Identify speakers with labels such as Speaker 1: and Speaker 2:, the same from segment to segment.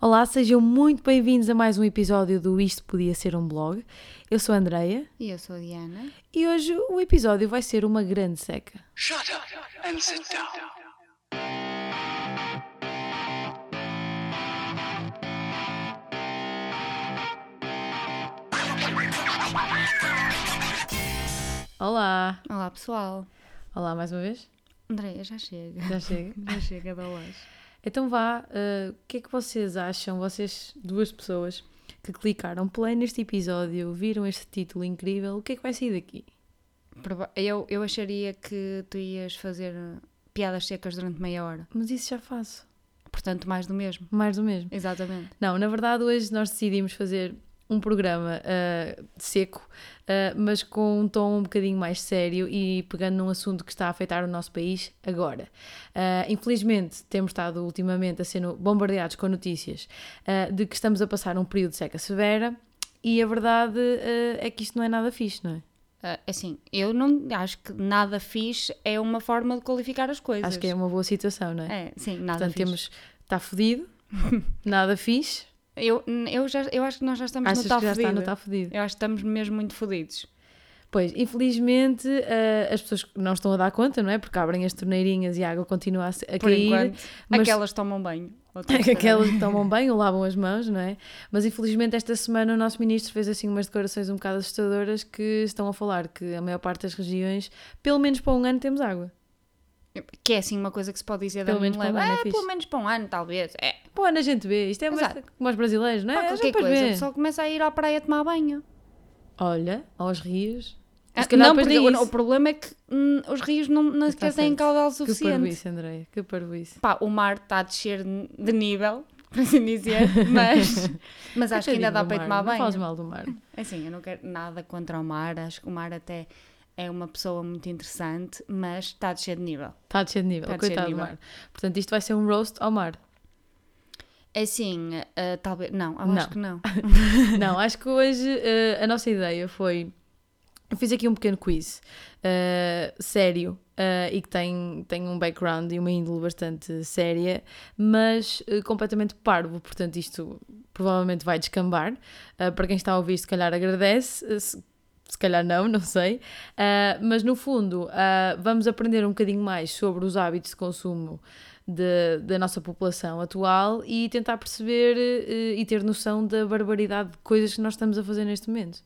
Speaker 1: Olá, sejam muito bem-vindos a mais um episódio do Isto Podia Ser um Blog. Eu sou a Andreia
Speaker 2: E eu sou a Diana.
Speaker 1: e hoje o episódio vai ser uma grande seca.
Speaker 3: Shut up and sit down.
Speaker 1: Olá!
Speaker 2: Olá pessoal.
Speaker 1: Olá mais uma vez?
Speaker 2: Andréia, já chega.
Speaker 1: Já chega?
Speaker 2: Já chega da loja.
Speaker 1: Então vá, eh, o que é que vocês acham, vocês duas pessoas que clicaram play neste episódio, viram este título incrível, o que é que vai sair daqui?
Speaker 2: Prova- Eu, eu acharia que tu ias fazer piadas secas durante meia hora.
Speaker 1: Mas isso já faço.
Speaker 2: Portanto, mais do mesmo.
Speaker 1: Mais do mesmo.
Speaker 2: Exatamente.
Speaker 1: Não, na verdade, hoje nós decidimos fazer um programa ah, seco, ah, mas com um tom um bocadinho mais sério e pegando num assunto que está a afetar o nosso país agora. Ah, infelizmente, temos estado ultimamente a ser no- bombardeados com notícias ah, de que estamos a passar um período de seca severa e a verdade ah, é que isto não é nada fixe, não é?
Speaker 2: Ah, assim, eu não acho que nada fixe é uma forma de qualificar as coisas.
Speaker 1: Acho que é uma boa situação, não é?
Speaker 2: É, sim, nada
Speaker 1: Portanto,
Speaker 2: fixe.
Speaker 1: temos. Está fodido, nada fixe.
Speaker 2: Eu, eu, já, eu acho que nós já estamos
Speaker 1: Achas
Speaker 2: no
Speaker 1: que
Speaker 2: tal
Speaker 1: já está
Speaker 2: tá fodido.
Speaker 1: no está fodido?
Speaker 2: Eu acho que estamos mesmo muito fodidos.
Speaker 1: Pois, infelizmente eh, as pessoas não estão a dar conta, não é? Porque abrem as torneirinhas e a água continua a, se- a
Speaker 2: Por
Speaker 1: cair.
Speaker 2: enquanto.
Speaker 1: mas-
Speaker 2: Aquelas tomam banho. Outras
Speaker 1: Aquelas que tomam banho, lavam as mãos, não é? Mas infelizmente esta semana o nosso ministro fez assim umas declarações um bocado assustadoras que estão a falar que a maior parte das regiões, pelo menos para um ano, temos água.
Speaker 2: Que é assim uma coisa que se pode dizer
Speaker 1: Pelo
Speaker 2: da
Speaker 1: menos para um
Speaker 2: leva.
Speaker 1: ano é
Speaker 2: Ah,
Speaker 1: fixe."
Speaker 2: pelo menos para um ano, talvez. É,
Speaker 1: Para o ano a gente vê. Isto é mais
Speaker 2: Exato.
Speaker 1: como os brasileiros, não é?
Speaker 2: pá,
Speaker 1: A gente
Speaker 2: qualquer
Speaker 1: depois
Speaker 2: coisa.
Speaker 1: vê.
Speaker 2: O pessoal começa a ir à praia tomar banho.
Speaker 1: Olha, aos rios.
Speaker 2: Ah,
Speaker 1: Mas se calhar
Speaker 2: não,
Speaker 1: depois
Speaker 2: porque
Speaker 1: nem
Speaker 2: o,
Speaker 1: isso.
Speaker 2: o problema é que hum, os rios não, nem
Speaker 1: Está
Speaker 2: sequer têm
Speaker 1: certo.
Speaker 2: caudal
Speaker 1: Que
Speaker 2: suficiente.
Speaker 1: parvoíce, Andréia, que parvoíce.
Speaker 2: Pá, o mar está a descer de nível, por assim dizer, mas, mas acho que ainda dá
Speaker 1: Coitadinho do
Speaker 2: para ir
Speaker 1: mar,
Speaker 2: tomar
Speaker 1: Não faz
Speaker 2: banho.
Speaker 1: mal do mar.
Speaker 2: Assim, eu não quero nada contra o mar, acho que o mar até é uma pessoa muito interessante, mas está a descer de nível.
Speaker 1: Está a descer de nível,
Speaker 2: Está a descer de
Speaker 1: coitado do
Speaker 2: nível.
Speaker 1: mar. Portanto, isto vai ser um roast ao mar.
Speaker 2: Assim, ah, talvez. Não, eu
Speaker 1: Não.
Speaker 2: acho que não.
Speaker 1: Não, acho que hoje eh, a nossa ideia foi. Eu fiz aqui um pequeno quiz eh, sério eh, e que tem, tem um background e uma índole bastante séria, mas eh, completamente parvo. Portanto, isto provavelmente vai descambar. Eh, para quem está a ouvir, se calhar agradece. eh, se, se calhar não, não sei. Eh, mas no fundo, eh, vamos aprender um bocadinho mais sobre os hábitos de consumo de- da nossa população atual e tentar perceber eh, e ter noção da barbaridade de coisas que nós estamos a fazer neste momento.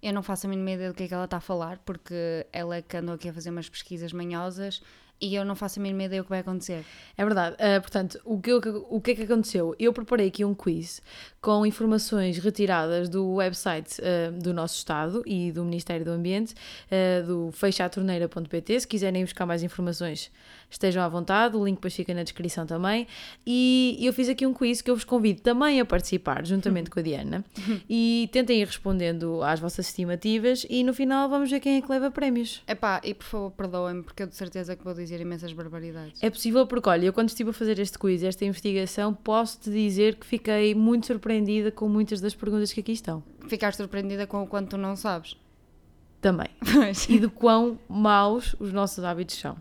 Speaker 2: Eu não faço a mínima ideia do que é que ela está a falar, porque ela é que andou aqui a fazer umas pesquisas manhosas e eu não faço a mínima ideia do que vai acontecer.
Speaker 1: É verdade. Ah, portanto, o que, eu- o que é que aconteceu? Eu preparei aqui um quiz com informações retiradas do website ah, do nosso Estado e do Ministério do Ambiente, ah, do feixatorneira.pt. Se quiserem ir buscar mais informações, estejam à vontade. O link depois fica na descrição também. E eu fiz aqui um quiz que eu vos convido também a participar, juntamente com a Diana. E tentem ir respondendo às vossas estimativas. E no final vamos ver quem é que leva prémios.
Speaker 2: Epá, e por favor perdoem-me, porque eu de certeza que vou dizer imensas barbaridades.
Speaker 1: É possível porque, olha, eu quando estive a fazer este quiz, esta investigação, posso-te dizer que fiquei muito surpreendida com muitas das perguntas que aqui estão.
Speaker 2: Ficar surpreendida com o quanto tu não sabes.
Speaker 1: Também.
Speaker 2: Mas
Speaker 1: E de quão maus os nossos hábitos são.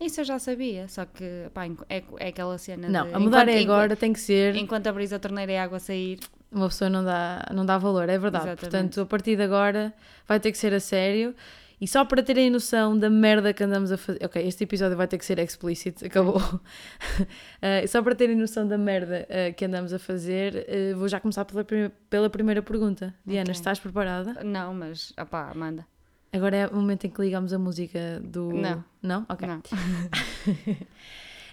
Speaker 2: isso eu já sabia, só que pá, enqu- é, é aquela cena
Speaker 1: Não,
Speaker 2: de...
Speaker 1: a mudar
Speaker 2: enquanto-
Speaker 1: é
Speaker 2: enqu-
Speaker 1: agora, tem que ser.
Speaker 2: Enquanto abris a torneira e a água sair,
Speaker 1: Uma pessoa não dá, não dá valor, é verdade.
Speaker 2: Exatamente.
Speaker 1: Portanto, a partir de agora vai ter que ser a sério. E só para terem noção da merda que andamos a fazer. Ok, este episódio vai ter que ser explícito, acabou. Eh, só para terem noção da merda eh, que andamos a fazer, eh, vou já começar pela, prime- pela primeira pergunta. Diana,
Speaker 2: Ok.
Speaker 1: estás preparada?
Speaker 2: não, mas opá, manda.
Speaker 1: Agora é o momento em que ligamos a música do.
Speaker 2: Não.
Speaker 1: Não? Ok.
Speaker 2: Não.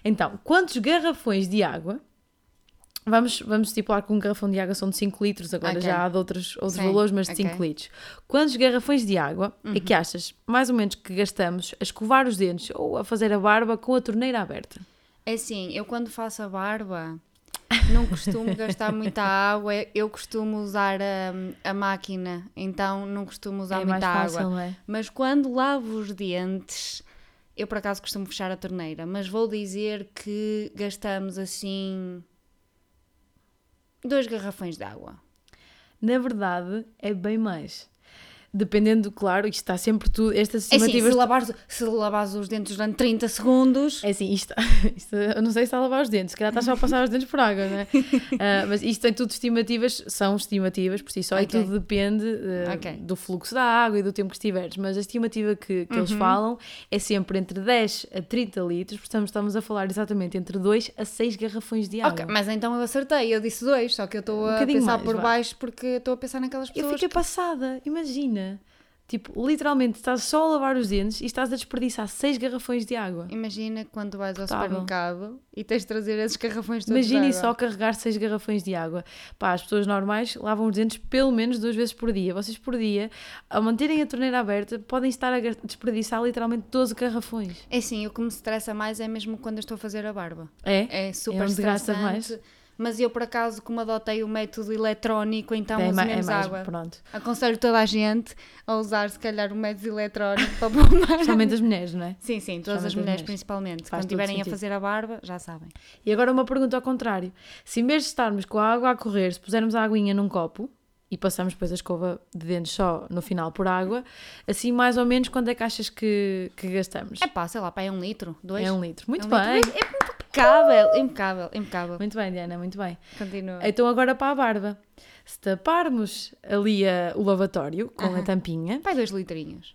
Speaker 1: Então, quantos garrafões de água? Vamos, vamos estipular que um garrafão de água são de 5 litros, agora
Speaker 2: Ok.
Speaker 1: já há de outros, outros
Speaker 2: Sim,
Speaker 1: valores, mas de 5
Speaker 2: ok. Uhum.
Speaker 1: litros. Quantos garrafões de água é que achas, mais ou menos, que gastamos a escovar os dentes ou a fazer a barba com a torneira aberta?
Speaker 2: É assim, eu quando faço a barba não costumo gastar muita água, eu costumo usar a, a máquina, então não costumo usar
Speaker 1: é
Speaker 2: muita
Speaker 1: mais fácil,
Speaker 2: água.
Speaker 1: não é?
Speaker 2: Mas quando lavo os dentes, eu por acaso costumo fechar a torneira, mas vou dizer que gastamos assim dois garrafões de água.
Speaker 1: Na verdade, é bem mais. dependendo, claro, isto está sempre tudo. Estas
Speaker 2: É assim, se
Speaker 1: estimativas.
Speaker 2: lavares, se lavares os dentes durante 30 segundos,
Speaker 1: É assim, isto, isto- eu não sei se está a lavar os dentes, se calhar está só a passar os dentes por água, não é? Ah, mas isto tem tudo estimativas, são estimativas por si só e
Speaker 2: Ok.
Speaker 1: tudo depende ah,
Speaker 2: Ok.
Speaker 1: do fluxo da água e do tempo que estiveres. Mas a estimativa que, que eles falam é sempre entre 10 a 30 litros, portanto estamos a falar exatamente entre 2 a 6 garrafões de água.
Speaker 2: Ok, mas então eu acertei, eu disse dois, só que eu estou a
Speaker 1: É Um bocadinho
Speaker 2: pensar
Speaker 1: mais,
Speaker 2: por
Speaker 1: vá.
Speaker 2: baixo porque estou a pensar naquelas
Speaker 1: Eu
Speaker 2: pessoas.
Speaker 1: fiquei passada, imagina. Tipo, literalmente estás só a lavar os dentes e estás a desperdiçar 6 garrafões de água.
Speaker 2: Imagina quando vais ao
Speaker 1: Tá bom.
Speaker 2: supermercado e tens de trazer esses garrafões todos.
Speaker 1: Imaginem
Speaker 2: de água.
Speaker 1: só carregar 6 garrafões de água. Pá, as pessoas normais lavam os dentes pelo menos duas vezes por dia. Vocês por dia, a manterem a torneira aberta, podem estar a gar- desperdiçar literalmente 12 garrafões.
Speaker 2: É assim, o que me estressa mais é mesmo quando eu estou a fazer a barba.
Speaker 1: É?
Speaker 2: É super
Speaker 1: onde gasta
Speaker 2: estressante. Mas eu, por acaso, como adotei o método eletrónico, então uso
Speaker 1: é ma-
Speaker 2: menos água.
Speaker 1: pronto.
Speaker 2: Aconselho toda a gente a usar, se calhar, o método eletrónico para poupar.
Speaker 1: Principalmente as mulheres, não é?
Speaker 2: Sim, sim, todas
Speaker 1: Somente
Speaker 2: as
Speaker 1: as
Speaker 2: mulheres,
Speaker 1: mulheres.
Speaker 2: principalmente.
Speaker 1: Faz
Speaker 2: quando
Speaker 1: todo
Speaker 2: estiverem a
Speaker 1: sentido.
Speaker 2: fazer a barba, já sabem.
Speaker 1: E agora uma pergunta ao contrário. Se em vez de estarmos com a água a correr, se pusermos a aguinha num copo e passamos depois a escova de dentes só no final por água, assim mais ou menos quanto é que achas que, que gastamos?
Speaker 2: É pá, sei lá, pá, é um litro, dois.
Speaker 1: É um litro. Muito
Speaker 2: um
Speaker 1: bem.
Speaker 2: litro. É impecável, impecável, impecável.
Speaker 1: Muito bem, Diana, muito bem.
Speaker 2: Continua.
Speaker 1: Então agora para a barba. Se taparmos ali a- o lavatório com a tampinha.
Speaker 2: Pai, dois litrinhos.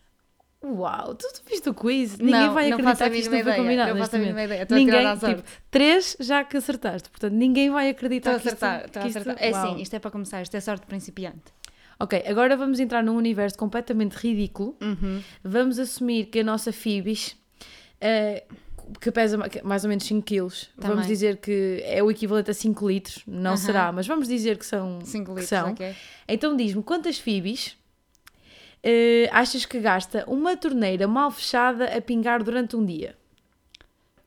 Speaker 1: Uau, tu, tu viste o quiz? Ninguém
Speaker 2: Não,
Speaker 1: vai
Speaker 2: não faço
Speaker 1: acreditar
Speaker 2: a
Speaker 1: que isto não
Speaker 2: mínima
Speaker 1: foi
Speaker 2: ideia,
Speaker 1: combinado.
Speaker 2: não faço
Speaker 1: neste
Speaker 2: a mínima
Speaker 1: momento.
Speaker 2: ideia, estou a tirar à
Speaker 1: Ninguém, tipo, três já que acertaste. Portanto, ninguém vai acreditar
Speaker 2: Estou a
Speaker 1: que isto-
Speaker 2: acertar,
Speaker 1: que
Speaker 2: estou a
Speaker 1: isto-
Speaker 2: acertar. É
Speaker 1: tá Uau.
Speaker 2: sim, isto é para começar, isto é sorte de principiante.
Speaker 1: Ok, agora vamos entrar num universo completamente ridículo.
Speaker 2: Uhum.
Speaker 1: Vamos assumir que a nossa Phoebis, eh, que pesa ma- que- mais ou menos 5 quilos,
Speaker 2: Tá
Speaker 1: vamos
Speaker 2: bem.
Speaker 1: dizer que é o equivalente a 5 litros, não será, mas vamos dizer que são.
Speaker 2: 5
Speaker 1: que
Speaker 2: litros,
Speaker 1: são.
Speaker 2: ok.
Speaker 1: Então diz-me, quantas Phoebis eh, achas que gasta uma torneira mal fechada a pingar durante um dia?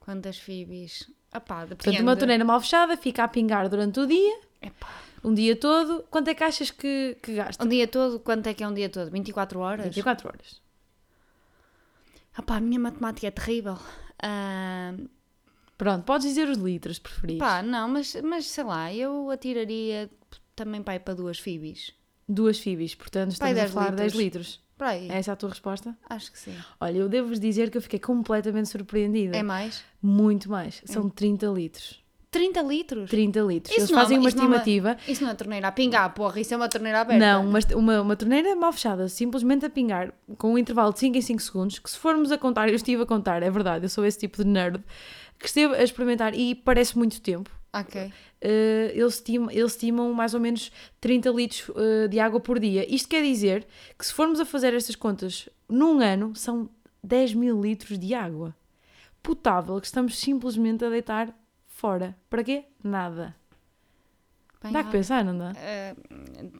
Speaker 2: Quantas fibis? Ah pá, depende.
Speaker 1: Portanto, uma torneira mal fechada fica a pingar durante o dia,
Speaker 2: Epá.
Speaker 1: um dia todo. Quanto é que achas que, que gasta?
Speaker 2: Um dia todo, quanto é que é um dia todo? 24 horas?
Speaker 1: 24 horas.
Speaker 2: Ah pá, a minha matemática é terrível. Ah,
Speaker 1: Pronto, podes dizer os litros preferidos.
Speaker 2: pá, não, mas, mas sei lá, eu atiraria também pai para duas fibis.
Speaker 1: Duas fibis, portanto
Speaker 2: Pai,
Speaker 1: estamos a
Speaker 2: 10
Speaker 1: falar de 10
Speaker 2: litros.
Speaker 1: litros.
Speaker 2: Para aí,
Speaker 1: É essa a tua resposta?
Speaker 2: acho que sim.
Speaker 1: Olha, eu devo-vos dizer que eu fiquei completamente surpreendida.
Speaker 2: É mais?
Speaker 1: Muito mais. São 30 litros.
Speaker 2: 30 litros?
Speaker 1: 30 litros.
Speaker 2: Isso
Speaker 1: Eles
Speaker 2: não é
Speaker 1: fazem uma
Speaker 2: isso não é
Speaker 1: estimativa.
Speaker 2: Isso não é torneira a pingar, porra, isso é uma torneira aberta.
Speaker 1: Não, mas uma, uma torneira mal fechada, simplesmente a pingar, com um intervalo de 5 em 5 segundos, que se formos a contar, eu estive a contar, é verdade, eu sou esse tipo de nerd, que esteve a experimentar e parece muito tempo.
Speaker 2: Ok.
Speaker 1: Eh, eles, estimam, eles estimam mais ou menos 30 litros eh, de água por dia. Isto quer dizer que se formos a fazer estas contas num ano, são 10 mil litros de água potável que estamos simplesmente a deitar fora. Para quê? Nada.
Speaker 2: Bem,
Speaker 1: Dá que pensar, não dá?
Speaker 2: ah,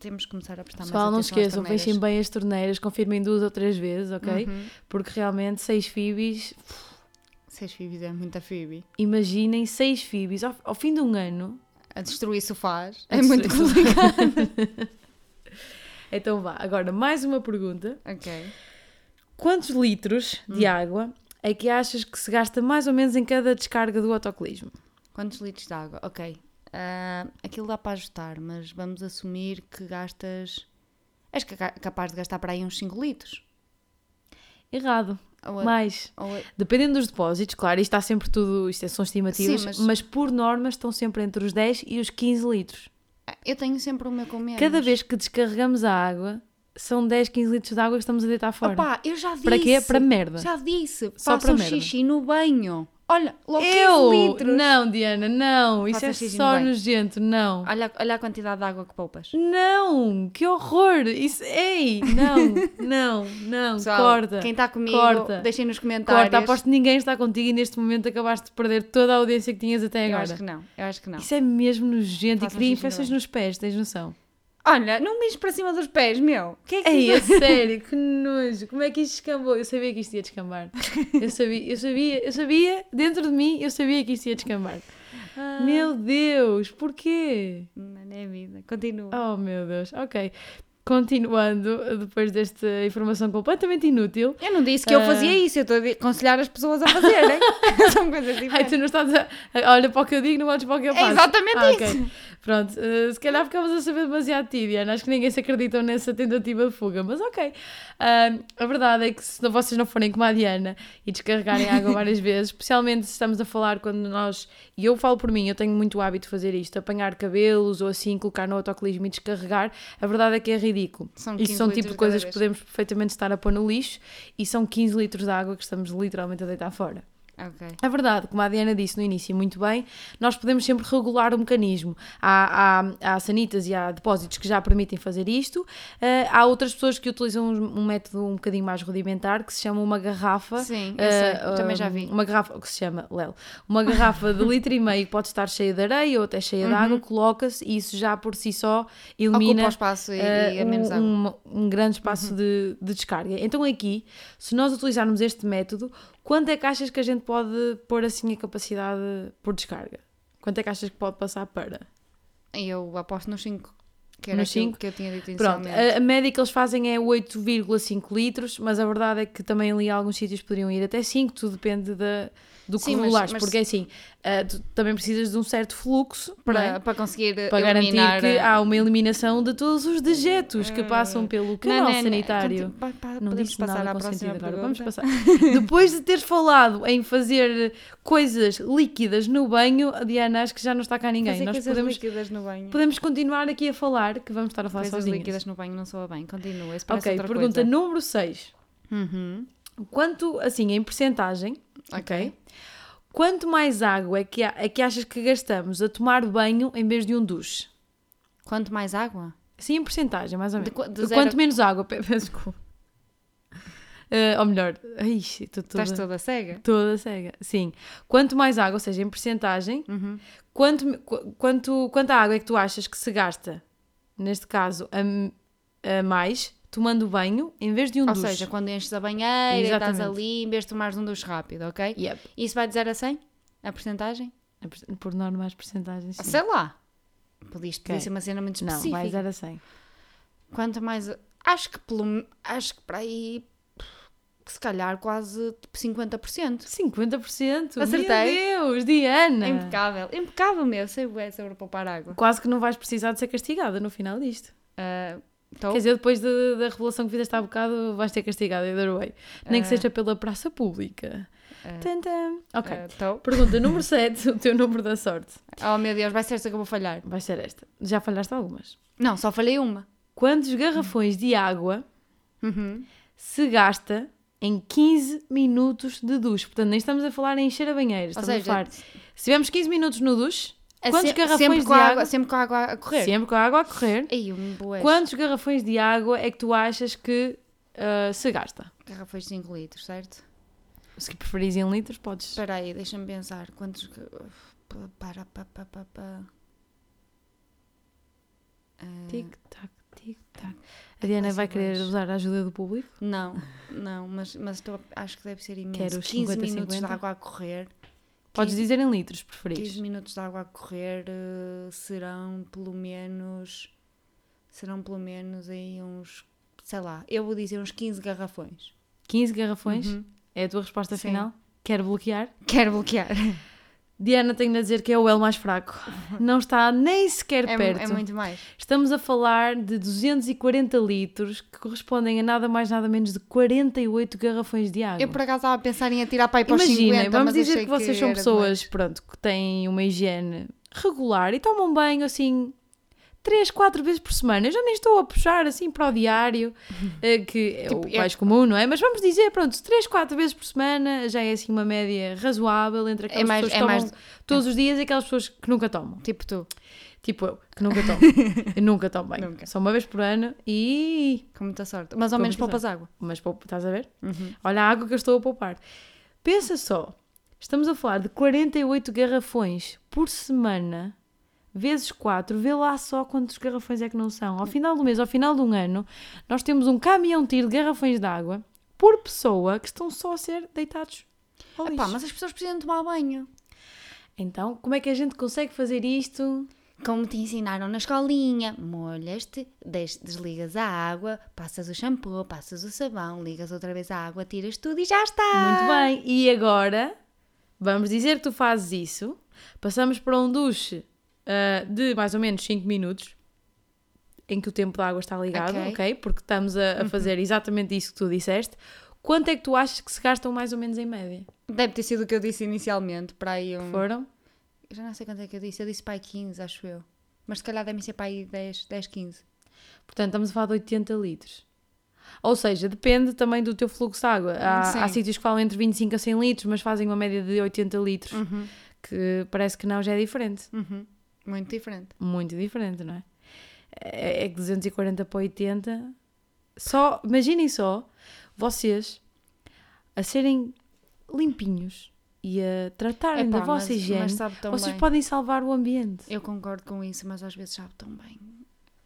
Speaker 2: temos que começar a prestar
Speaker 1: Pessoal, não
Speaker 2: mais
Speaker 1: se
Speaker 2: atenção às
Speaker 1: esqueçam,
Speaker 2: torneiras.
Speaker 1: fechem bem as torneiras, confirmem duas ou três vezes, ok?
Speaker 2: Uhum.
Speaker 1: Porque realmente seis fibis,
Speaker 2: Seis fibis é muita fibi.
Speaker 1: imaginem seis fibis ao, ao fim de um ano.
Speaker 2: A destruir sofás
Speaker 1: A
Speaker 2: é muito
Speaker 1: destruir
Speaker 2: complicado.
Speaker 1: Então vá, agora mais uma pergunta.
Speaker 2: ok.
Speaker 1: Quantos litros
Speaker 2: Hum.
Speaker 1: de água é que achas que se gasta mais ou menos em cada descarga do autocolismo?
Speaker 2: Quantos litros de água? Ok. Ah, aquilo dá para ajustar, mas vamos assumir que gastas. És ca- capaz de gastar para aí uns 5 litros?
Speaker 1: Errado.
Speaker 2: Ou a-
Speaker 1: Mais.
Speaker 2: ou a-
Speaker 1: Dependendo dos depósitos, claro, isto está sempre tudo, isto é- são estimativas,
Speaker 2: Sim,
Speaker 1: mas...
Speaker 2: mas-
Speaker 1: por norma estão sempre entre os 10 e os 15 litros.
Speaker 2: Ah, Eu tenho sempre o meu com menos.
Speaker 1: Cada vez que descarregamos a água, são 10, 15 litros de água que estamos a deitar fora.
Speaker 2: Opa, eu já disse.
Speaker 1: Para quê? Para merda.
Speaker 2: Já disse.
Speaker 1: Só
Speaker 2: Façam
Speaker 1: para merda.
Speaker 2: xixi no banho. Olha, logo 15
Speaker 1: Eu?
Speaker 2: litros.
Speaker 1: Não, Diana, não. Isso
Speaker 2: Faça
Speaker 1: é
Speaker 2: xixi
Speaker 1: só
Speaker 2: no banho.
Speaker 1: nojento, não.
Speaker 2: Olha, olha a quantidade de água que poupas.
Speaker 1: Não, que horror! Isso, ei, não, não, não,
Speaker 2: Pessoal,
Speaker 1: corta.
Speaker 2: Quem está comigo,
Speaker 1: corta.
Speaker 2: deixem nos comentários.
Speaker 1: Corta, aposto que ninguém está contigo e neste momento acabaste de perder toda a audiência que tinhas até
Speaker 2: Eu
Speaker 1: agora.
Speaker 2: acho que não. Eu acho que não.
Speaker 1: Isso é mesmo nojento e
Speaker 2: Façam
Speaker 1: cria
Speaker 2: xixi no
Speaker 1: infecções
Speaker 2: banho.
Speaker 1: nos pés, tens noção?
Speaker 2: Olha, não me para cima dos pés, meu. Que é que
Speaker 1: Ei, a sério, que nojo! Como é que isto descambou? Eu sabia que isto ia descambar. Eu sabia, eu sabia, eu sabia, dentro de mim, eu sabia que isto ia descambar.
Speaker 2: Ah.
Speaker 1: Meu Deus, porquê?
Speaker 2: Não é vida. Continua.
Speaker 1: Oh meu Deus, ok. Continuando, depois desta informação completamente inútil.
Speaker 2: Eu não disse que eu fazia
Speaker 1: Ah.
Speaker 2: isso, eu estou a di- aconselhar as pessoas a fazerem. São coisas
Speaker 1: Ai,
Speaker 2: diferentes.
Speaker 1: tu não estás a. a- Olha para o que eu digo, não olhes para o que eu
Speaker 2: É
Speaker 1: faço.
Speaker 2: exatamente
Speaker 1: Ah,
Speaker 2: isso.
Speaker 1: ok. Pronto, eh, se calhar ficámos a saber demasiado tibia. Acho que ninguém se acreditou nessa tentativa de fuga, mas ok. Ah, a verdade é que se não- vocês não forem como a Diana e descarregarem água várias vezes, especialmente se estamos a falar quando nós, e eu falo por mim, eu tenho muito hábito de fazer isto, apanhar cabelos ou assim, colocar no autocolismo e descarregar, a verdade é que é ridículo.
Speaker 2: São
Speaker 1: Isto
Speaker 2: 15
Speaker 1: são
Speaker 2: litros
Speaker 1: tipo de
Speaker 2: de
Speaker 1: coisas
Speaker 2: cada
Speaker 1: que
Speaker 2: vez.
Speaker 1: podemos perfeitamente estar a pôr no lixo e são 15 litros de água que estamos literalmente a deitar fora.
Speaker 2: Ok.
Speaker 1: É verdade, como a Diana disse no início, e muito bem, nós podemos sempre regular o mecanismo. Há, há, há sanitas e há depósitos que já permitem fazer isto. eh, há outras pessoas que utilizam um, um método um bocadinho mais rudimentar que se chama uma garrafa.
Speaker 2: Sim, eu
Speaker 1: eh,
Speaker 2: sei, eu também já vi.
Speaker 1: Uma garrafa que se chama Lel. Uma garrafa de litro e meio que pode estar cheia de areia ou até cheia de água, coloca-se e isso já por si só elimina
Speaker 2: Uhum. Ocupa o espaço e, e é
Speaker 1: uh,
Speaker 2: menos
Speaker 1: um,
Speaker 2: água. Uhum.
Speaker 1: um- um grande espaço de, de descarga. Então aqui, se nós utilizarmos este método, quanto é que achas que a gente pode pôr assim a capacidade por descarga? Quanto é que achas que pode passar para?
Speaker 2: Eu aposto nos 5. Que era
Speaker 1: Nos
Speaker 2: aquilo
Speaker 1: um cinco?
Speaker 2: que eu tinha dito
Speaker 1: Pronto,
Speaker 2: inicialmente.
Speaker 1: a, a média que eles fazem é 8,5 litros, mas a verdade é que também ali alguns sítios poderiam ir até 5, tudo depende da, do que
Speaker 2: Sim, mas-
Speaker 1: regulares,
Speaker 2: mas-
Speaker 1: porque é assim, uh, tu também precisas de um certo fluxo não é?
Speaker 2: para, para conseguir
Speaker 1: para
Speaker 2: eliminar eh, ah,
Speaker 1: garantir que
Speaker 2: a-
Speaker 1: há uma eliminação de todos os dejetos que passam pelo
Speaker 2: Não,
Speaker 1: um canal
Speaker 2: não, não,
Speaker 1: sanitário.
Speaker 2: conti- pa- pa-
Speaker 1: Não
Speaker 2: podemos
Speaker 1: disse
Speaker 2: passar
Speaker 1: nada
Speaker 2: à
Speaker 1: com
Speaker 2: próxima
Speaker 1: sentido agora. Vamos
Speaker 2: pergunta?
Speaker 1: passar. Depois de teres falado em fazer coisas líquidas no banho, Diana, acho que já não está cá ninguém.
Speaker 2: Fazer
Speaker 1: Nós
Speaker 2: coisas
Speaker 1: podemos,
Speaker 2: líquidas no banho.
Speaker 1: podemos continuar aqui a falar, que vamos estar a falar
Speaker 2: Coisas
Speaker 1: sozinhas.
Speaker 2: líquidas no banho não soa bem. Continua, isso parece
Speaker 1: Ok,
Speaker 2: outra
Speaker 1: pergunta
Speaker 2: coisa. Uhum.
Speaker 1: número 6. Quanto, assim, em percentagem,
Speaker 2: Ok.
Speaker 1: quanto mais água é que, há- é que achas que gastamos a tomar banho em vez de um duche?
Speaker 2: Quanto mais água?
Speaker 1: Sim, em porcentagem, mais ou
Speaker 2: De
Speaker 1: menos.
Speaker 2: qu- de
Speaker 1: De
Speaker 2: zero-
Speaker 1: Quanto menos água, pe- peço desculpa. Eh, ou melhor, ai, estou
Speaker 2: Estás
Speaker 1: toda,
Speaker 2: toda cega?
Speaker 1: toda cega. Sim. Quanto mais água, ou seja, em porcentagem,
Speaker 2: Uhum.
Speaker 1: quanto, me- qu- quanto, quanta água é que tu achas que se gasta, neste caso, a, m- a mais, tomando banho, em vez de um
Speaker 2: Ou
Speaker 1: duche?
Speaker 2: seja, quando enches a banheira e estás
Speaker 1: Exatamente.
Speaker 2: ali, em vez de tomares um duche rápido, ok?
Speaker 1: Yep.
Speaker 2: Isso vai dizer a 100? A porcentagem?
Speaker 1: A per- É Por normais porcentagens, sim.
Speaker 2: Sei lá. Podias
Speaker 1: Ok.
Speaker 2: pedir uma cena muito
Speaker 1: Não,
Speaker 2: específica.
Speaker 1: vai dar a 100.
Speaker 2: Quanto mais. Acho que pelo. Acho que para aí. que Se calhar quase tipo, 50%.
Speaker 1: 50%?
Speaker 2: Acertei.
Speaker 1: Meu Deus, Diana!
Speaker 2: É impecável. Impecável, meu. Sei o é sobre poupar água.
Speaker 1: Quase que não vais precisar de ser castigada no final disto.
Speaker 2: Ah, então,
Speaker 1: Quer dizer, depois de- da revelação que fizeste há bocado, vais ter castigado, either way. Nem
Speaker 2: É.
Speaker 1: que seja pela praça pública. Tantam. Ok.
Speaker 2: ah, então-
Speaker 1: Pergunta número 7, o teu número da sorte.
Speaker 2: Oh meu Deus, vai ser esta que eu vou falhar.
Speaker 1: Vai ser esta. Já falhaste algumas.
Speaker 2: Não, só falhei uma. Uhum.
Speaker 1: Quantos garrafões de água se gasta em 15 minutos de duche? Portanto, nem estamos a falar em encher a banheira. Estamos
Speaker 2: seja,
Speaker 1: a falar. Se tivermos 15 minutos no duche,
Speaker 2: É
Speaker 1: quantos
Speaker 2: se-
Speaker 1: garrafões
Speaker 2: sempre
Speaker 1: de
Speaker 2: com a
Speaker 1: água?
Speaker 2: Sempre com a água a correr.
Speaker 1: Sempre com a água a correr.
Speaker 2: Aí, um bué.
Speaker 1: Quantos garrafões de água é que tu achas que ah, se gasta?
Speaker 2: Garrafões de 5 litros, certo?
Speaker 1: Se preferires em litros, podes.
Speaker 2: Espera aí, deixa-me pensar. Quantos. ga- pa- Para, pa, pa, pa, pa.
Speaker 1: Hum.
Speaker 2: Ah,
Speaker 1: Tic-tac, tic-tac. A Diana vai
Speaker 2: mais ou
Speaker 1: querer
Speaker 2: menos.
Speaker 1: usar a ajuda do público?
Speaker 2: Não, não, mas, mas estou a- acho que deve ser imenso.
Speaker 1: Quero os
Speaker 2: 15
Speaker 1: 50,
Speaker 2: minutos
Speaker 1: 50.
Speaker 2: de água a correr.
Speaker 1: Podes
Speaker 2: 15
Speaker 1: dizer em litros,
Speaker 2: 15
Speaker 1: preferires.
Speaker 2: minutos de água a correr eh, serão pelo menos. Serão pelo menos aí uns. Sei lá, eu vou dizer uns 15 garrafões.
Speaker 1: 15 garrafões? É a tua resposta
Speaker 2: Sim.
Speaker 1: final? Quero bloquear?
Speaker 2: Quero bloquear.
Speaker 1: É Diana, tenho de dizer que é o L mais fraco. Não está nem sequer
Speaker 2: É, mu-
Speaker 1: perto.
Speaker 2: é muito mais.
Speaker 1: Estamos a falar de 240 litros, que correspondem a nada mais nada menos de 48 garrafões de água.
Speaker 2: Eu por acaso estava a pensar em atirar para aí para os
Speaker 1: Imaginem, vamos
Speaker 2: 50, Tipo assim, mas
Speaker 1: dizer
Speaker 2: achei
Speaker 1: que vocês são
Speaker 2: era
Speaker 1: pessoas pronto, que têm uma higiene regular e tomam banho assim 3, 4 vezes por semana. Eu já nem estou a puxar assim para o diário, eh, que é
Speaker 2: Tipo,
Speaker 1: o
Speaker 2: é-
Speaker 1: mais comum, não é? Mas vamos dizer, pronto, 3, 4 vezes por semana já é assim uma média razoável entre aquelas
Speaker 2: É mais-
Speaker 1: pessoas que
Speaker 2: é
Speaker 1: tomam
Speaker 2: mais-
Speaker 1: todos os dias e aquelas pessoas que nunca tomam.
Speaker 2: demais. Tipo tu,
Speaker 1: Tipo eu, que nunca tomo. eu nunca tomo banho.
Speaker 2: Nunca.
Speaker 1: Só uma vez por ano e
Speaker 2: com muita sorte. Mas ao
Speaker 1: Com
Speaker 2: menos
Speaker 1: muita
Speaker 2: poupas água.
Speaker 1: mas poupa- estás a ver? Olha a água que eu estou a poupar. Pensa só, estamos a falar de 48 garrafões por semana, vezes 4, vê lá só quantos garrafões é que não são. Ao final do mês, ao final de um ano, nós temos um caminhão-tiro de garrafões de água por pessoa que estão só a ser deitados ao
Speaker 2: Epá,
Speaker 1: lixo.
Speaker 2: É mas as pessoas precisam tomar banho.
Speaker 1: Então, como é que a gente consegue fazer isto?
Speaker 2: Como te ensinaram na escolinha. Amor, molhas-te, des- desligas a água, passas o shampoo, passas o sabão, ligas outra vez a água, tiras tudo e já está!
Speaker 1: Muito bem. E agora, vamos dizer que tu fazes isso. Passamos para um duche ah, de mais ou menos 5 minutos, em que o tempo da água está ligado, ok?
Speaker 2: Ok.
Speaker 1: Porque estamos a, a fazer exatamente isso que tu disseste. Quanto é que tu achas que se gastam mais ou menos em média?
Speaker 2: Deve ter sido o que eu disse inicialmente, para aí um...
Speaker 1: Foram?
Speaker 2: Eu já não sei quanto é que eu disse, eu disse para aí 15, acho eu. Mas se calhar devem ser para aí 10, 10 15.
Speaker 1: Portanto, estamos a falar de 80 litros. Ou seja, depende também do teu fluxo de água.
Speaker 2: Sim.
Speaker 1: Há, há sítios que falam entre 25 a 100 litros, mas fazem uma média de 80 litros, que parece que não já é diferente.
Speaker 2: Uhum. Muito diferente.
Speaker 1: Muito diferente, não é? É é que 240 para 80. Só, imaginem só, vocês a serem limpinhos e a tratarem
Speaker 2: Epá,
Speaker 1: da vossa
Speaker 2: mas-
Speaker 1: higiene.
Speaker 2: mas sabe tão
Speaker 1: vocês
Speaker 2: bem.
Speaker 1: podem salvar o ambiente.
Speaker 2: Eu concordo com isso, mas às vezes sabe tão bem.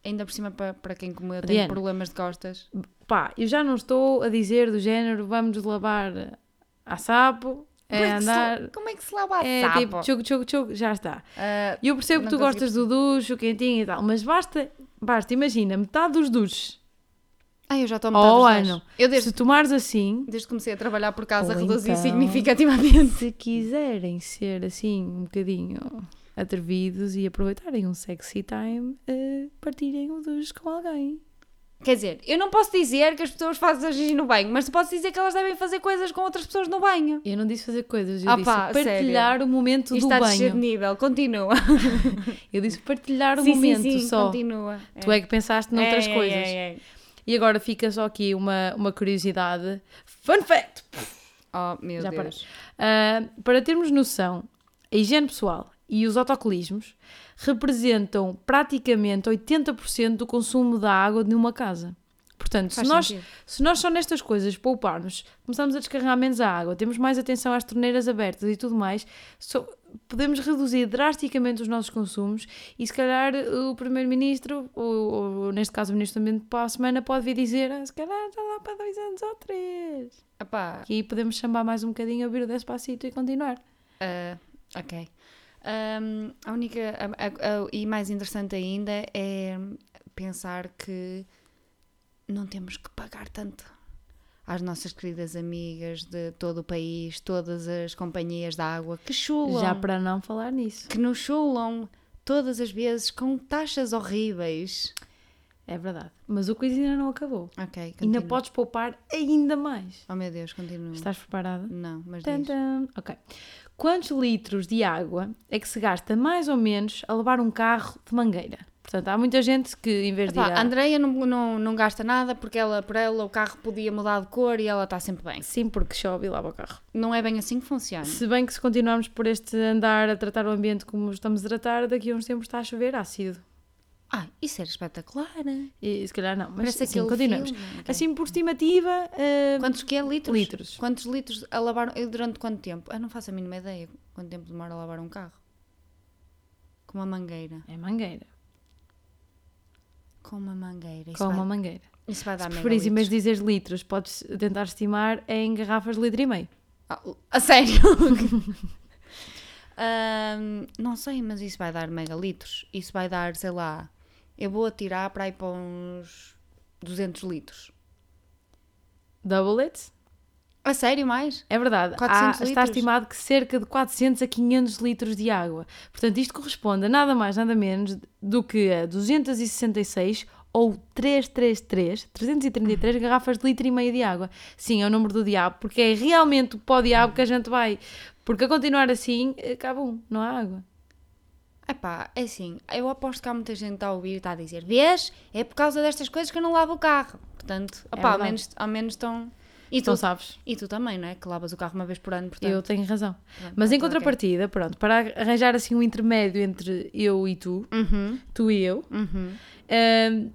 Speaker 2: Ainda por cima, para, para quem como eu tem
Speaker 1: Diana.
Speaker 2: problemas de costas.
Speaker 1: Pá, eu já não estou a dizer do género vamos lavar a sapo,
Speaker 2: como,
Speaker 1: é
Speaker 2: é que se-
Speaker 1: andar.
Speaker 2: como é que se lava a
Speaker 1: É
Speaker 2: sapo?
Speaker 1: tipo, tchuc, tchuc, tchuc, já está.
Speaker 2: Ah,
Speaker 1: E eu percebo que
Speaker 2: Não
Speaker 1: tu
Speaker 2: consigo
Speaker 1: gostas do ducho, quentinho e tal, mas basta, basta, imagina, metade dos duches
Speaker 2: ai, eu já estou a metade
Speaker 1: ao
Speaker 2: dos dez.
Speaker 1: ano,
Speaker 2: Eu desde,
Speaker 1: se tomares assim,
Speaker 2: desde que comecei a trabalhar por casa,
Speaker 1: Ou
Speaker 2: reduzi
Speaker 1: então-
Speaker 2: significativamente.
Speaker 1: se quiserem ser assim um bocadinho atrevidos e aproveitarem um sexy time, eh, partilhem o duche com alguém.
Speaker 2: Quer dizer, eu não posso dizer que as pessoas fazem xixi no banho, mas posso dizer que elas devem fazer coisas com outras pessoas no banho.
Speaker 1: Eu não disse fazer coisas, eu
Speaker 2: Ah
Speaker 1: disse
Speaker 2: pá,
Speaker 1: partilhar o momento
Speaker 2: Isto
Speaker 1: do
Speaker 2: está a descer
Speaker 1: banho.
Speaker 2: de nível, continua.
Speaker 1: Eu disse partilhar o
Speaker 2: Sim,
Speaker 1: momento
Speaker 2: sim, sim,
Speaker 1: só.
Speaker 2: continua.
Speaker 1: Tu é que pensaste noutras
Speaker 2: É, é,
Speaker 1: coisas.
Speaker 2: é, é.
Speaker 1: E agora fica só aqui uma, uma curiosidade. Fun fact!
Speaker 2: Oh, meu
Speaker 1: Já
Speaker 2: Deus.
Speaker 1: Uh, para termos noção, a higiene pessoal e os autocolismos representam praticamente 80% do consumo da água de uma casa. Portanto, se
Speaker 2: Faz
Speaker 1: nós,
Speaker 2: sentido.
Speaker 1: se nós só nestas coisas pouparmos, começamos a descarregar menos a água, temos mais atenção às torneiras abertas e tudo mais, só- podemos reduzir drasticamente os nossos consumos e se calhar o Primeiro-Ministro, ou, ou neste caso o Ministro do Ambiente, para a semana pode vir dizer "Ah, se calhar já dá para dois anos ou três.
Speaker 2: Epá,
Speaker 1: E aí podemos chamar mais um bocadinho, ouvir o Despacito e continuar.
Speaker 2: ah, ok. Ahm, a única a- a- a- e mais interessante ainda é pensar que não temos que pagar tanto às nossas queridas amigas de todo o país, todas as companhias de água que chulam,
Speaker 1: Já para não falar nisso.
Speaker 2: que nos chulam todas as vezes com taxas horríveis.
Speaker 1: É verdade. Mas o quiz ainda não acabou.
Speaker 2: Ok, continua.
Speaker 1: Ainda podes poupar ainda mais.
Speaker 2: Oh meu Deus, continua.
Speaker 1: Estás preparada?
Speaker 2: Não, mas
Speaker 1: Tan,
Speaker 2: diz.
Speaker 1: tan. Ok. Quantos litros de água é que se gasta mais ou menos a levar um carro de mangueira? Portanto, há muita gente que em vez de ir
Speaker 2: Epá,
Speaker 1: a...
Speaker 2: a Andreia não, não, não gasta nada porque ela, por ela o carro podia mudar de cor e ela está sempre bem.
Speaker 1: Sim, porque chove e lava o carro.
Speaker 2: Não é bem assim que funciona.
Speaker 1: Se bem que se continuarmos por este andar a tratar o ambiente como estamos a tratar, daqui a uns tempos está a chover ácido.
Speaker 2: Ah, isso era espetacular.
Speaker 1: E se calhar não, mas
Speaker 2: Parece
Speaker 1: sim,
Speaker 2: aquele
Speaker 1: continuamos.
Speaker 2: filme.
Speaker 1: Assim, por estimativa... eh,
Speaker 2: Quantos que é litros?
Speaker 1: Litros.
Speaker 2: Quantos litros a lavar um- e durante quanto tempo? Eu não faço a mínima ideia quanto tempo demora a lavar um carro. Com uma mangueira.
Speaker 1: É mangueira.
Speaker 2: Com uma mangueira. Isso,
Speaker 1: com
Speaker 2: vai,
Speaker 1: uma mangueira.
Speaker 2: isso vai dar
Speaker 1: Se
Speaker 2: mega
Speaker 1: preferires, em vez
Speaker 2: litros.
Speaker 1: de dizer litros, podes tentar estimar em garrafas de litro e meio.
Speaker 2: Ah, a sério? Ahm, não sei, mas isso vai dar mega litros. Isso vai dar, sei lá, eu vou atirar para aí para uns 200 litros.
Speaker 1: Double it.
Speaker 2: A sério mais?
Speaker 1: É verdade.
Speaker 2: 400
Speaker 1: há- está
Speaker 2: litros.
Speaker 1: estimado que cerca de 400 a 500 litros de água. Portanto, isto corresponde a nada mais, nada menos do que a 266 ou 333, 333 garrafas de litro e meio de água. Sim, é o número do diabo, porque é realmente o pó diabo que a gente vai. Porque a continuar assim, acaba um, não há água.
Speaker 2: Epá, é assim, eu aposto que há muita gente a ouvir e está a dizer Vês? É por causa destas coisas que eu não lavo o carro. Portanto, opá, ao,
Speaker 1: É verdade.
Speaker 2: menos, ao menos estão... E tu,
Speaker 1: Então sabes.
Speaker 2: e tu também, não é? Que lavas o carro uma vez por ano, portanto...
Speaker 1: Eu tenho razão.
Speaker 2: Pronto,
Speaker 1: Mas em
Speaker 2: então, ok.
Speaker 1: contrapartida, pronto, para arranjar assim um intermédio entre eu e tu,
Speaker 2: Uhum,
Speaker 1: tu e eu,
Speaker 2: uhum.
Speaker 1: hum,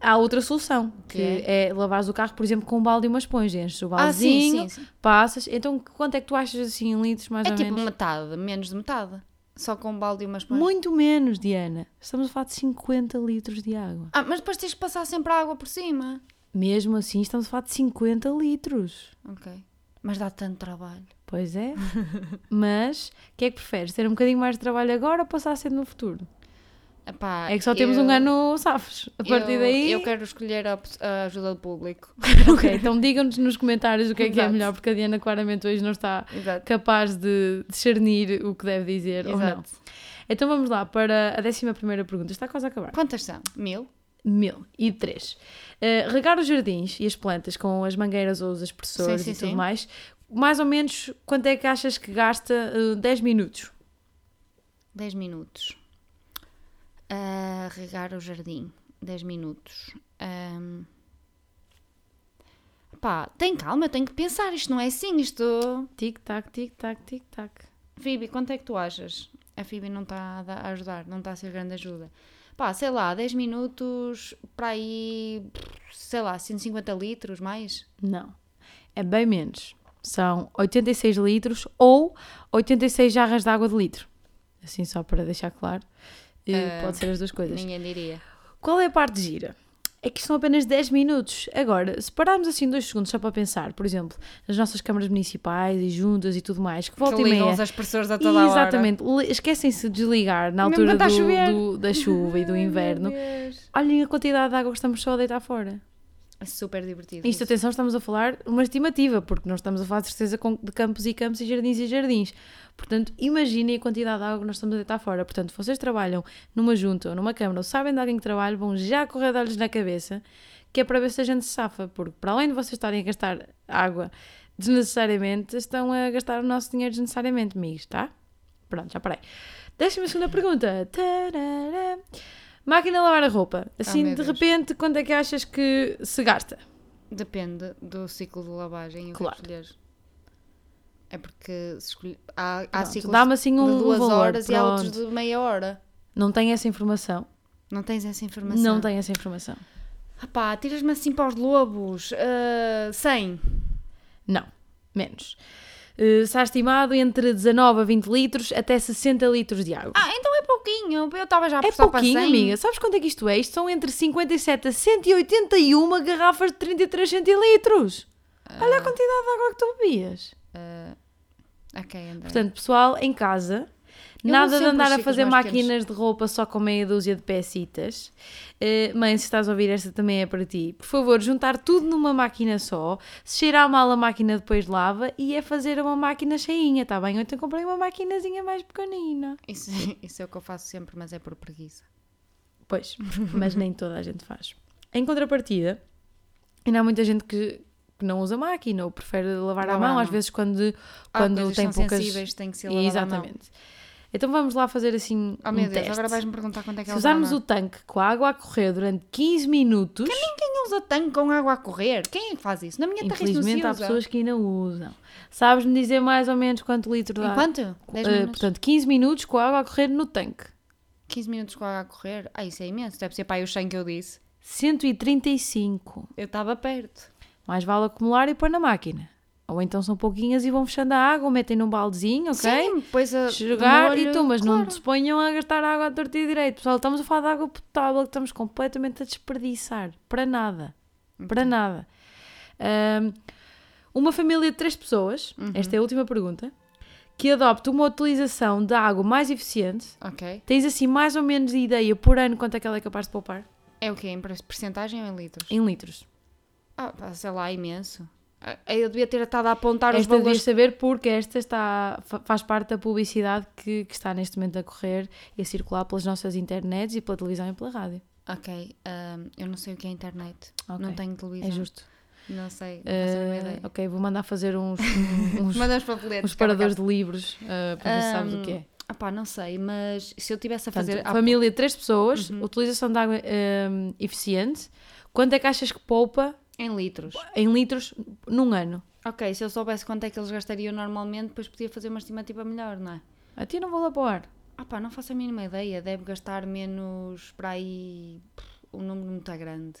Speaker 1: há outra solução, que
Speaker 2: Que
Speaker 1: é? lavares o carro, por exemplo, com um balde e uma esponja. Enches o
Speaker 2: Ah, sim,
Speaker 1: baldezinho,
Speaker 2: sim, sim.
Speaker 1: passas. Então, quanto é que tu achas assim em litros, mais
Speaker 2: É
Speaker 1: ou
Speaker 2: tipo
Speaker 1: menos?
Speaker 2: metade, menos de metade. Só com um balde e umas esponja.
Speaker 1: Muito menos, Diana. Estamos a falar de 50 litros de água.
Speaker 2: Ah, mas depois tens que passar sempre a água por cima.
Speaker 1: Mesmo assim, estamos a falar de 50 litros.
Speaker 2: Ok. Mas dá tanto trabalho.
Speaker 1: Pois é. Mas, o que é que preferes? Ter um bocadinho mais de trabalho agora ou passar a ser no futuro?
Speaker 2: Epá,
Speaker 1: É que só temos
Speaker 2: Ah, eu-
Speaker 1: um ano safos. A partir
Speaker 2: eu,
Speaker 1: daí.
Speaker 2: Eu quero escolher a, op- a ajuda do público.
Speaker 1: Ok, então digam-nos nos comentários o que é que é
Speaker 2: Exato.
Speaker 1: melhor, porque a Diana claramente hoje não está
Speaker 2: Exato.
Speaker 1: capaz de discernir o que deve dizer ou não.
Speaker 2: Exato.
Speaker 1: Então vamos lá para a 11 primeira pergunta. Está quase a acabar.
Speaker 2: Quantas são? Mil?
Speaker 1: Mil e três. Uh, regar os jardins e as plantas com as mangueiras ou os aspersores
Speaker 2: Sim, sim,
Speaker 1: e tudo
Speaker 2: sim.
Speaker 1: mais, mais ou menos quanto é que achas que gasta uh, 10 minutos?
Speaker 2: 10 minutos. Ah, regar o jardim. 10 minutos. Ahm. Pá, tem calma, tenho que pensar. Isto não é assim. Isto.
Speaker 1: Tic-tac, tic-tac, tic-tac.
Speaker 2: Phoebe, quanto é que tu achas? A Phoebe não está a da- a ajudar, não está a ser grande ajuda. Pá, sei lá, 10 minutos para aí. Sei lá, 150 litros mais.
Speaker 1: Não. É bem menos. São 86 litros ou 86 jarras de água de litro. Assim só para deixar claro. E
Speaker 2: Ah,
Speaker 1: pode ser as duas coisas.
Speaker 2: Ninguém diria.
Speaker 1: Qual é a parte gira? É que são apenas 10 minutos. Agora, se pararmos assim dois segundos só para pensar, por exemplo, nas nossas câmaras municipais e juntas e tudo mais, que volta
Speaker 2: que
Speaker 1: e meia.
Speaker 2: ligam os aspersores a
Speaker 1: E,
Speaker 2: toda a hora.
Speaker 1: exatamente, le- esquecem-se de desligar na altura
Speaker 2: Mesmo quando está a
Speaker 1: do-
Speaker 2: chover.
Speaker 1: do- da chuva e do
Speaker 2: Ai, meu
Speaker 1: inverno.
Speaker 2: Deus.
Speaker 1: Olhem a quantidade de água que estamos só a deitar fora.
Speaker 2: É super divertido.
Speaker 1: Isto, atenção, estamos a falar uma estimativa, porque não estamos a falar de certeza com- de campos e campos e jardins e jardins. Portanto, imaginem a quantidade de água que nós estamos a deitar fora. Portanto, vocês trabalham numa junta ou numa câmara ou sabem de alguém que trabalha, vão já correr de olhos na cabeça, que é para ver se a gente se safa, porque para além de vocês estarem a gastar água desnecessariamente, estão a gastar o nosso dinheiro desnecessariamente, amigos, tá? Pronto, já parei. Décima segunda pergunta. Tarará. Máquina de lavar a roupa. Assim,
Speaker 2: Ah, meu
Speaker 1: de
Speaker 2: Deus.
Speaker 1: repente, quanto é que achas que se gasta?
Speaker 2: Depende do ciclo de lavagem e o
Speaker 1: Claro.
Speaker 2: que escolher. É porque se escolhe- há, há
Speaker 1: Pronto,
Speaker 2: ciclos
Speaker 1: Dá-me assim um
Speaker 2: de duas
Speaker 1: valor,
Speaker 2: horas e há outros
Speaker 1: pronto.
Speaker 2: de meia hora.
Speaker 1: Não tenho essa informação.
Speaker 2: Não tens essa informação?
Speaker 1: Não tenho essa informação.
Speaker 2: Ah pá, tiras-me assim para os lobos. Ah, 100.
Speaker 1: Não, menos. Eh, Está estimado entre 19 a 20 litros até 60 litros de água.
Speaker 2: Ah, então é pouquinho. Eu estava já a
Speaker 1: é
Speaker 2: apostar para 100.
Speaker 1: pouquinho, amiga. Sabes quanto é que isto é? Isto são entre 57 a 181 garrafas de 33 centilitros.
Speaker 2: Ah.
Speaker 1: Olha a quantidade de água que tu bebias.
Speaker 2: Ok, André.
Speaker 1: Portanto, pessoal, em casa,
Speaker 2: Eu vou
Speaker 1: nada de
Speaker 2: sempre
Speaker 1: andar
Speaker 2: aos
Speaker 1: a
Speaker 2: ciclos
Speaker 1: fazer
Speaker 2: mais
Speaker 1: máquinas de roupa só com meia dúzia de pecitas. Eh, mãe, se estás a ouvir, esta também é para ti. Por favor, juntar tudo numa máquina só. Se cheirar mal a máquina, depois lava. E é fazer uma máquina cheinha, tá bem? Ou então comprei uma maquinazinha mais pequenina.
Speaker 2: Isso, isso é o que eu faço sempre, mas é por preguiça.
Speaker 1: Pois, mas nem toda a gente faz. Em contrapartida, ainda há muita gente que, que não usa máquina ou prefere lavar à
Speaker 2: Lavar à
Speaker 1: mão, às
Speaker 2: mão.
Speaker 1: vezes quando,
Speaker 2: Há
Speaker 1: quando
Speaker 2: Ah, coisas
Speaker 1: tem
Speaker 2: que são
Speaker 1: poucas.
Speaker 2: sensíveis, tem que ser lavado à mão.
Speaker 1: Exatamente. Então vamos lá fazer assim.
Speaker 2: Oh
Speaker 1: um
Speaker 2: meu Deus,
Speaker 1: teste.
Speaker 2: agora vais-me perguntar quanto é que
Speaker 1: Se
Speaker 2: é
Speaker 1: usarmos o tanque com a água a correr durante 15 minutos,
Speaker 2: Quem usa tanque com água a correr? Quem é que faz isso? Na minha terra isso não se
Speaker 1: infelizmente há
Speaker 2: usa.
Speaker 1: pessoas que ainda usam. Sabes-me dizer mais ou menos quanto litro dá?
Speaker 2: Em quanto? 10
Speaker 1: Eh,
Speaker 2: minutos?
Speaker 1: portanto, 15 minutos com a água a correr no tanque.
Speaker 2: 15 minutos com a água a correr? Ah, isso é imenso. Deve ser para aí o 100 que eu disse.
Speaker 1: 135.
Speaker 2: Eu estava perto.
Speaker 1: Mais vale acumular e pôr na máquina. Ou então são pouquinhas e vão fechando a água, ou metem num baldezinho, ok?
Speaker 2: Sim, depois a...
Speaker 1: Jogar
Speaker 2: de molho,
Speaker 1: e tu, mas não
Speaker 2: claro.
Speaker 1: se ponham a gastar água à torta e direito. Pessoal, estamos a falar de água potável que estamos completamente a desperdiçar. Para nada. Para nada. Ahm, uma família de três pessoas, esta é a última pergunta, que adopte uma utilização da água mais eficiente,
Speaker 2: Ok.
Speaker 1: tens assim mais ou menos de ideia por ano quanto é que ela é capaz de poupar?
Speaker 2: É o quê? Em per- percentagem ou em litros?
Speaker 1: Em litros.
Speaker 2: Ah, pá, sei lá, imenso. Ah, Eu devia ter estado a apontar os
Speaker 1: Esta devias
Speaker 2: valores.
Speaker 1: saber porque esta está, fa- faz parte da publicidade que, que está neste momento a correr e a circular pelas nossas internets e pela televisão e pela rádio.
Speaker 2: Ok. ahm, eu não sei o que é internet.
Speaker 1: Ok.
Speaker 2: Não tenho televisão.
Speaker 1: É justo.
Speaker 2: Não sei. Não faço a mínima ideia.
Speaker 1: Ah, ok, vou mandar fazer uns, um- uns,
Speaker 2: Manda os papeletes.
Speaker 1: uns
Speaker 2: cá para
Speaker 1: paradores
Speaker 2: cá.
Speaker 1: de livros ah, para ver se sabes o que é.
Speaker 2: Ah pá, não sei, mas se eu tivesse a
Speaker 1: Portanto,
Speaker 2: fazer... Uhum. ah,
Speaker 1: família de três pessoas, utilização de água ah, eficiente. Quanto é que achas que poupa
Speaker 2: Em litros.
Speaker 1: em litros num ano?
Speaker 2: Ok, se eu soubesse quanto é que eles gastariam normalmente, depois podia fazer uma estimativa melhor, não é?
Speaker 1: A ti não vou lá para o ar.
Speaker 2: Ah pá, não faço a mínima ideia. Deve gastar menos para aí pff, um número muito grande.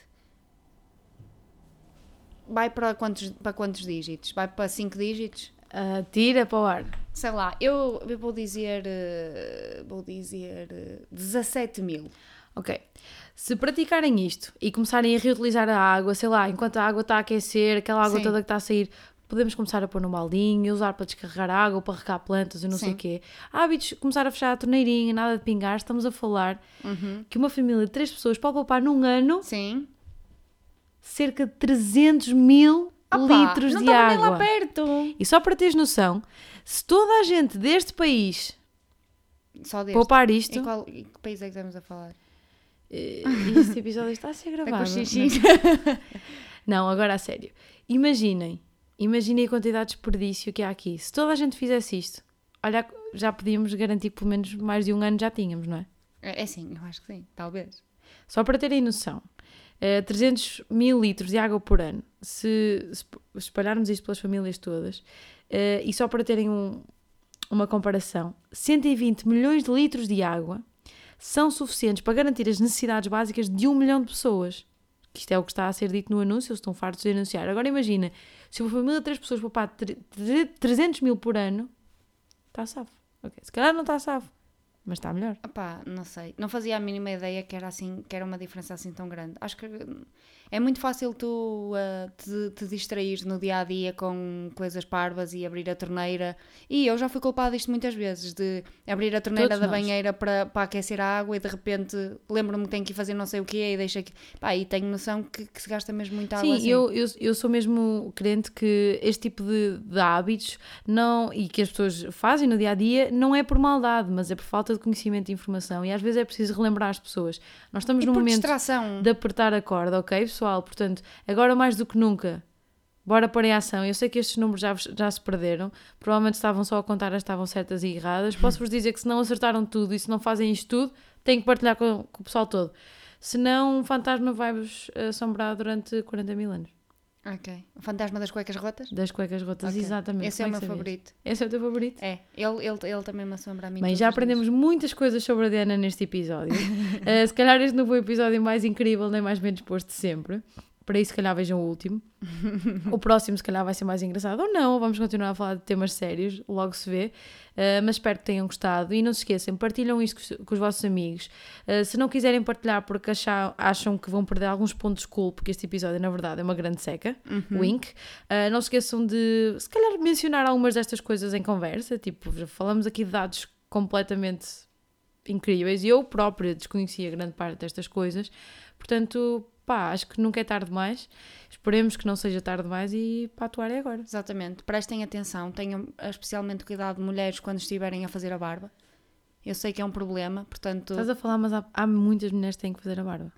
Speaker 2: Vai para quantos, para quantos dígitos? Vai para 5 dígitos?
Speaker 1: Ah, tira para o ar.
Speaker 2: Sei lá, eu, eu vou dizer. eh, Vou dizer. eh, 17 mil.
Speaker 1: Ok. Se praticarem isto e começarem a reutilizar a água, sei lá, enquanto a água está a aquecer, aquela água
Speaker 2: Sim.
Speaker 1: toda que está a sair, podemos começar a pôr no baldinho, usar para descarregar água, para regar plantas e não sei
Speaker 2: Sim.
Speaker 1: o quê. Há hábitos, começar a fechar a torneirinha, nada de pingar, estamos a falar
Speaker 2: Uhum.
Speaker 1: que uma família de três pessoas pode poupar num ano
Speaker 2: Sim.
Speaker 1: cerca de 300 mil
Speaker 2: Opa,
Speaker 1: litros
Speaker 2: Ah não
Speaker 1: de
Speaker 2: estava nem
Speaker 1: água.
Speaker 2: lá perto.
Speaker 1: E só para teres noção, se toda a gente deste país
Speaker 2: Só deste.
Speaker 1: poupar
Speaker 2: E
Speaker 1: isto,
Speaker 2: qual, e que país é que estamos a falar?
Speaker 1: eh, este episódio está a ser
Speaker 2: É com
Speaker 1: gravado.
Speaker 2: o xixi.
Speaker 1: Não, agora a sério. Imaginem, imaginem a quantidade de desperdício que há aqui. Se toda a gente fizesse isto, olha, já podíamos garantir que pelo menos mais de um ano já tínhamos, não é?
Speaker 2: É é sim, eu acho que sim, talvez.
Speaker 1: Só para terem noção, eh, 300 mil litros de água por ano, se se espalharmos isto pelas famílias todas, eh, e só para terem um- uma comparação, 120 milhões de litros de água são suficientes para garantir as necessidades básicas de um milhão de pessoas. Que isto é o que está a ser dito no anúncio, eles estão fartos de anunciar. Agora imagina, se uma família de três pessoas poupar tre- tre- 300 mil por ano, está safo. Ok, Se calhar não está safo, mas está melhor.
Speaker 2: Opá, não sei. Não fazia a mínima ideia que era assim, que era uma diferença assim tão grande. Acho que hum, é muito fácil tu ah, te, te distrair no dia a dia com coisas parvas e abrir a torneira. E eu já fui culpada disto muitas vezes, de abrir a torneira
Speaker 1: Todos
Speaker 2: da
Speaker 1: nós.
Speaker 2: banheira para, para aquecer a água e de repente lembro-me que tenho que ir fazer não sei o quê e deixo aqui. Pá, e tenho noção que, que se gasta mesmo muita água
Speaker 1: Sim,
Speaker 2: assim.
Speaker 1: eu, eu, eu sou mesmo crente que este tipo de, de hábitos não, e que as pessoas fazem no dia a dia não é por maldade, mas é por falta de conhecimento e informação. E às vezes é preciso relembrar as pessoas. Nós estamos
Speaker 2: E
Speaker 1: num
Speaker 2: por
Speaker 1: momento
Speaker 2: distração.
Speaker 1: de apertar a corda, ok, pessoal? Portanto, agora mais do que nunca, bora pôr em ação. Eu sei que estes números já, vos- já se perderam, provavelmente estavam só a contar as que estavam certas e erradas.
Speaker 2: Uhum.
Speaker 1: Posso-vos dizer que se não acertaram tudo e se não fazem isto tudo, têm que partilhar com, com o pessoal todo. Senão, um fantasma vai-vos eh, assombrar durante 40 mil anos.
Speaker 2: Ok. O fantasma das cuecas rotas?
Speaker 1: Das cuecas rotas,
Speaker 2: Ok.
Speaker 1: exatamente.
Speaker 2: Esse é o
Speaker 1: Como
Speaker 2: meu
Speaker 1: que sabias?
Speaker 2: favorito.
Speaker 1: Esse é o teu favorito?
Speaker 2: É, ele, ele, ele também me assombra a mim.
Speaker 1: Bem,
Speaker 2: todos
Speaker 1: já
Speaker 2: os dias.
Speaker 1: aprendemos muitas coisas sobre a Diana neste episódio. Eh, se calhar este não foi o episódio mais incrível nem mais bem disposto de sempre. Para isso, se calhar vejam o último. O próximo, se calhar, vai ser mais engraçado ou não. Vamos continuar a falar de temas sérios, logo se vê. Eh, mas espero que tenham gostado. E não se esqueçam, partilham isto com os- com os vossos amigos. Eh, se não quiserem partilhar porque acham, acham que vão perder alguns pontos cool, porque este episódio, na verdade, é uma grande seca. Wink. Eh, não se esqueçam de, se calhar, mencionar algumas destas coisas em conversa. Tipo, já falamos aqui de dados completamente incríveis e eu própria desconhecia grande parte destas coisas. Portanto, pá, acho que nunca é tarde demais. Esperemos que não seja tarde demais e para atuar é agora.
Speaker 2: Exatamente. Prestem atenção, tenham especialmente cuidado de mulheres quando estiverem a fazer a barba. Eu sei que é um problema, portanto,
Speaker 1: Estás a falar, mas há, há muitas mulheres que têm que fazer a barba.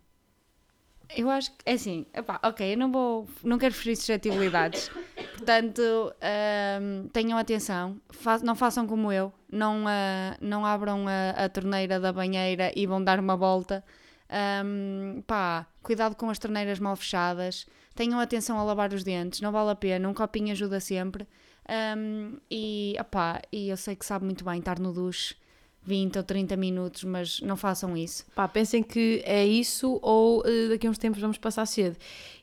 Speaker 2: eu acho que é assim, epá, ok, eu não vou, não quero ferir suscetibilidades, portanto, ahm, tenham atenção, fa- não façam como eu, não, ah, não abram a, a torneira da banheira e vão dar uma volta. Ahm, pá, cuidado com as torneiras mal fechadas, tenham atenção a lavar os dentes, não vale a pena, um copinho ajuda sempre. Um, e, opá, e eu sei que sabe muito bem estar no duche 20 ou 30 minutos, mas não façam isso.
Speaker 1: Pá, pensem que é isso ou eh, daqui a uns tempos vamos passar cedo.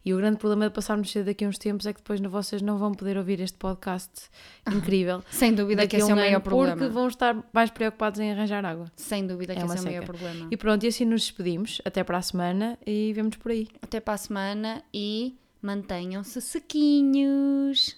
Speaker 1: E o grande problema de passarmos cedo daqui a uns tempos é que depois vocês não vão poder ouvir este podcast incrível.
Speaker 2: Sem dúvida que
Speaker 1: daqui a
Speaker 2: esse é o
Speaker 1: um
Speaker 2: maior
Speaker 1: ano,
Speaker 2: problema.
Speaker 1: Porque vão estar mais preocupados em arranjar água.
Speaker 2: Sem dúvida que
Speaker 1: É uma
Speaker 2: esse é o maior
Speaker 1: seca.
Speaker 2: problema.
Speaker 1: E pronto, e assim nos despedimos. Até para a semana e vemos por aí.
Speaker 2: Até para a semana e mantenham-se sequinhos.